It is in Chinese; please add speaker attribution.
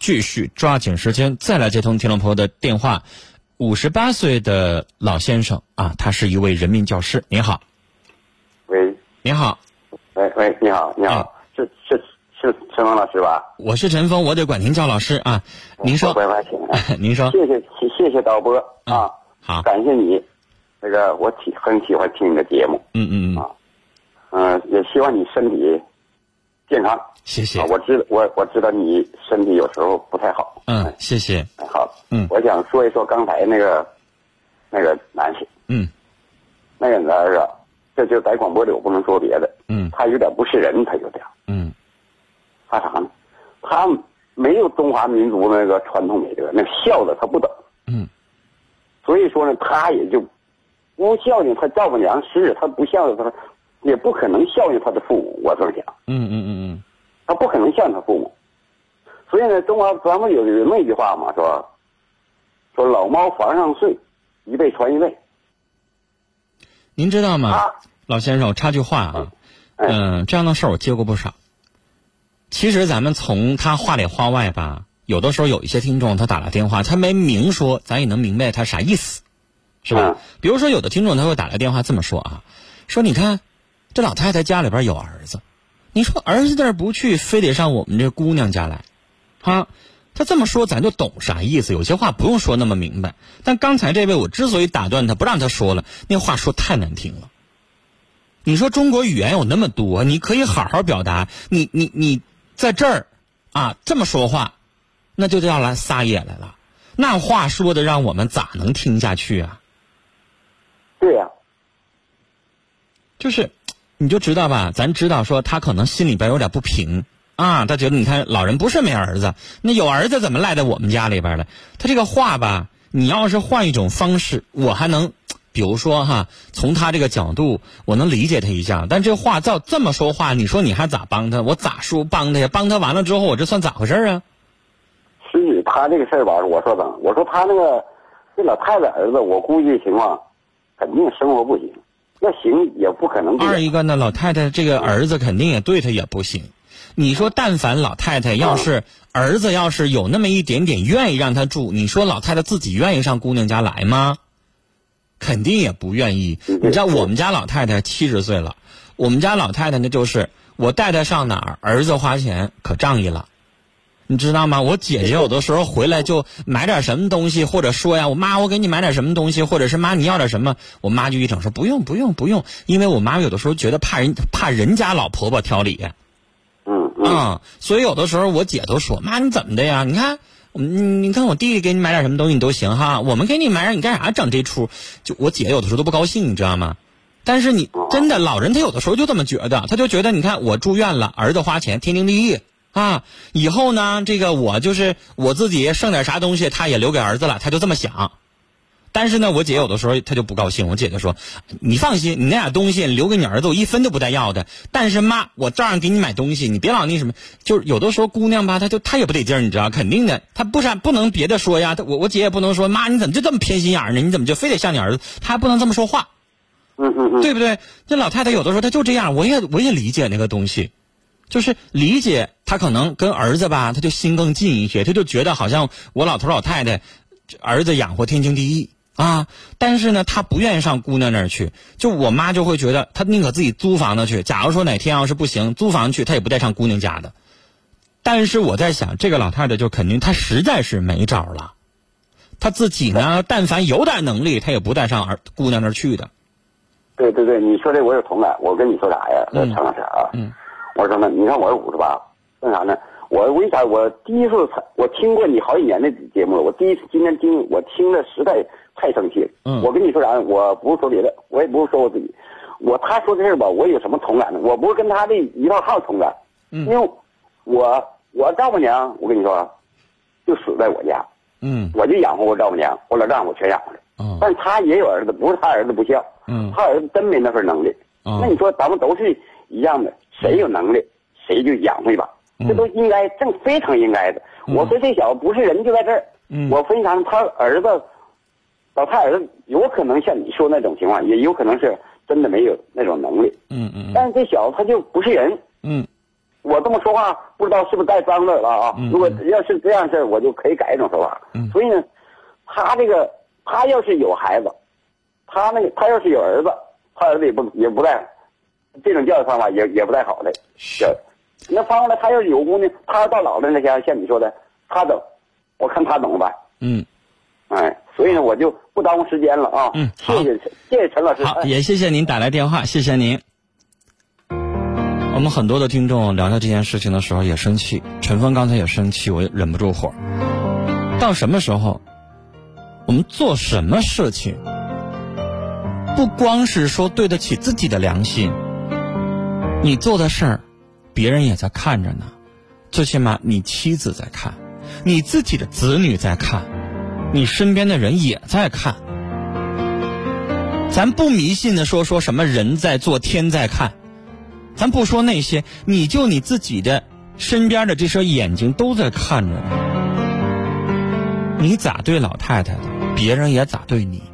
Speaker 1: 继续抓紧时间再来接通听众朋友的电话。五十八岁的老先生啊，他是一位人民教师。您好，
Speaker 2: 喂，
Speaker 1: 您好，
Speaker 2: 喂喂，你好，你好，
Speaker 1: 哎
Speaker 2: 是是是陈峰老师吧？
Speaker 1: 我是陈峰，我得管您叫老师啊。您说，嗯
Speaker 2: 乖乖请 啊，
Speaker 1: 您说，
Speaker 2: 谢谢谢谢导播啊，
Speaker 1: 好，
Speaker 2: 感谢你，那个我挺很喜欢听你的节目，
Speaker 1: 嗯嗯嗯，
Speaker 2: 啊嗯、也希望你身体健康。
Speaker 1: 谢谢
Speaker 2: 啊，我知我我知道你身体有时候不太好，
Speaker 1: 嗯，谢谢，
Speaker 2: 哎好，
Speaker 1: 嗯
Speaker 2: 我想说一说刚才那个那个男士，
Speaker 1: 嗯
Speaker 2: 那个男士啊，这就在广播里我不能说别的，
Speaker 1: 嗯
Speaker 2: 他有点不是人，他有点。
Speaker 1: 嗯
Speaker 2: 怕啥呢？他没有中华民族那个传统美德，那个孝子他不懂，
Speaker 1: 嗯
Speaker 2: 所以说呢，他也就不孝敬他丈母娘，是他不孝敬他，也不可能孝敬他的父母。我这么想，
Speaker 1: 嗯嗯嗯
Speaker 2: 他不可能孝敬他父母。所以呢，中华咱们有有那么一句话嘛，说说老猫房上睡，一辈传一啊辈。
Speaker 1: 嗯，您知道吗
Speaker 2: 他，
Speaker 1: 老先生，我插句话啊，嗯，这样的事儿我接过不少。其实咱们从他话里话外吧，有的时候有一些听众他打来电话，他没明说，咱也能明白他啥意思，是吧？
Speaker 2: 嗯
Speaker 1: 比如说有的听众他会打来电话这么说啊，说你看，这老太太家里边有儿子，你说儿子那儿不去，非得上我们这姑娘家来，啊，他这么说咱就懂啥意思。有些话不用说那么明白，但刚才这位我之所以打断他不让他说了，那话说太难听了。你说中国语言有那么多，你可以好好表达。你你你在这儿啊这么说话，那就叫来撒野来了。那话说的让我们咋能听下去啊？
Speaker 2: 对呀、
Speaker 1: 就是，你就知道吧，咱知道说他可能心里边有点不平啊，他觉得你看老人不是没儿子，那有儿子怎么赖在我们家里边了？他这个话吧，你要是换一种方式，我还能，比如说哈，从他这个角度，我能理解他一下。但这话照这么说话，你说你还咋帮他？我咋说帮他呀？帮他完了之后，我这算咋回事儿啊？
Speaker 2: 是他这个事儿吧，我说怎么？我说他那个这老太太儿子，我估计情况肯定生活不行，要行也不可能这样。
Speaker 1: 二一个呢，老太太这个儿子肯定也对她也不行。你说，但凡老太太要是儿子要是有那么一点点愿意让他住，你说老太太自己愿意上姑娘家来吗？肯定也不愿意。你知道我们家老太太七十岁了，我们家老太太那就是我带她上哪儿，儿子花钱可仗义了。你知道吗？我姐姐有的时候回来就买点什么东西，或者说呀，我妈，我给你买点什么东西，或者是妈你要点什么，我妈就一整说不用不用不用，因为我妈有的时候觉得怕人怕人家老婆婆挑理，
Speaker 2: 嗯嗯
Speaker 1: 啊、所以有的时候我姐都说妈你怎么的呀？你看我们你你看我弟弟给你买点什么东西你都行哈，我们给你买点你干啥整这出？就我姐有的时候都不高兴，你知道吗？但是你真的老人他有的时候就这么觉得，他就觉得你看我住院了，儿子花钱天经地义啊。以后呢，这个我就是我自己剩点啥东西，他也留给儿子了，他就这么想。但是呢，我姐有的时候她就不高兴。我姐就说：“你放心，你那俩东西留给你儿子，我一分都不带要的。但是妈，我照样给你买东西，你别老那什么。就是有的时候姑娘吧，她就她也不得劲儿，你知道，肯定的，她不是不能别的说呀。她我我姐也不能说妈，你怎么就这么偏心眼儿呢？你怎么就非得像你儿子？她还不能这么说话，
Speaker 2: 嗯嗯嗯，
Speaker 1: 对不对？这老太太有的时候她就这样，我也我也理解那个东西，就是理解她可能跟儿子吧，她就心更近一些，她就觉得好像我老头老太太，这儿子养活天经地义啊。但是呢，她不愿意上姑娘那儿去，就我妈就会觉得她宁可自己租房子去。假如说哪天要是不行，租房去她也不带上姑娘家的。但是我在想，这个老太太就肯定她实在是没招儿了，她自己呢，但凡有点能力，她也不带上儿姑娘那儿去的。
Speaker 2: 对对对，你说这我有同感。我跟你说啥呀，
Speaker 1: 嗯
Speaker 2: 陈老师啊？
Speaker 1: 嗯
Speaker 2: 我说呢，你看我是五十八，那啥呢？我为啥我第一次才我听过你好几年的节目了？我第一次今天听我听的实在太生气了。
Speaker 1: 嗯
Speaker 2: 我跟你说啥呢？我不是说别的，我也不是说我自己，我他说这事儿吧，我有什么同感呢？我不是跟他这一套号同感，
Speaker 1: 嗯
Speaker 2: 因为我我丈母娘，我跟你说啊，就死在我家，
Speaker 1: 嗯
Speaker 2: 我就养活我丈母娘，我老丈人我全养活着。
Speaker 1: 哦
Speaker 2: 但是他也有儿子，不是他儿子不孝，
Speaker 1: 嗯
Speaker 2: 他儿子真没那份能力。
Speaker 1: 哦
Speaker 2: 那你说咱们都是一样的，谁有能力谁就养活一把，
Speaker 1: 嗯
Speaker 2: 这都应该，正非常应该的。
Speaker 1: 嗯
Speaker 2: 我说这小子不是人就在这儿，
Speaker 1: 嗯
Speaker 2: 我非常他儿子，老他儿子有可能像你说那种情况，也有可能是真的没有那种能力，
Speaker 1: 嗯嗯
Speaker 2: 但是这小子他就不是人，
Speaker 1: 嗯
Speaker 2: 我这么说话不知道是不是带脏字儿了啊？如果要是这样式儿，我就可以改一种说法。
Speaker 1: 嗯
Speaker 2: 所以呢，他这个他要是有孩子，他那个他要是有儿子，他儿子也不也不带这种教育方法也也不太好的。
Speaker 1: 是
Speaker 2: 教育那反过来，他要是有姑娘，他要到老了那天，像你说的，他怎么我看他怎么办？
Speaker 1: 嗯，
Speaker 2: 哎，所以呢，我就不耽误时间了啊。
Speaker 1: 嗯
Speaker 2: 谢
Speaker 1: 好
Speaker 2: 谢陈谢谢陈老师。
Speaker 1: 好，
Speaker 2: 哎
Speaker 1: 也谢谢您打来电话，谢谢您。我们很多的听众聊到这件事情的时候也生气，陈峰刚才也生气，我也忍不住火。到什么时候，我们做什么事情，不光是说对得起自己的良心，你做的事儿，别人也在看着呢，最起码你妻子在看，你自己的子女在看，你身边的人也在看。咱不迷信的说说什么人在做天在看，咱不说那些，你就你自己的身边的这双眼睛都在看着你，你咋对老太太的，别人也咋对你。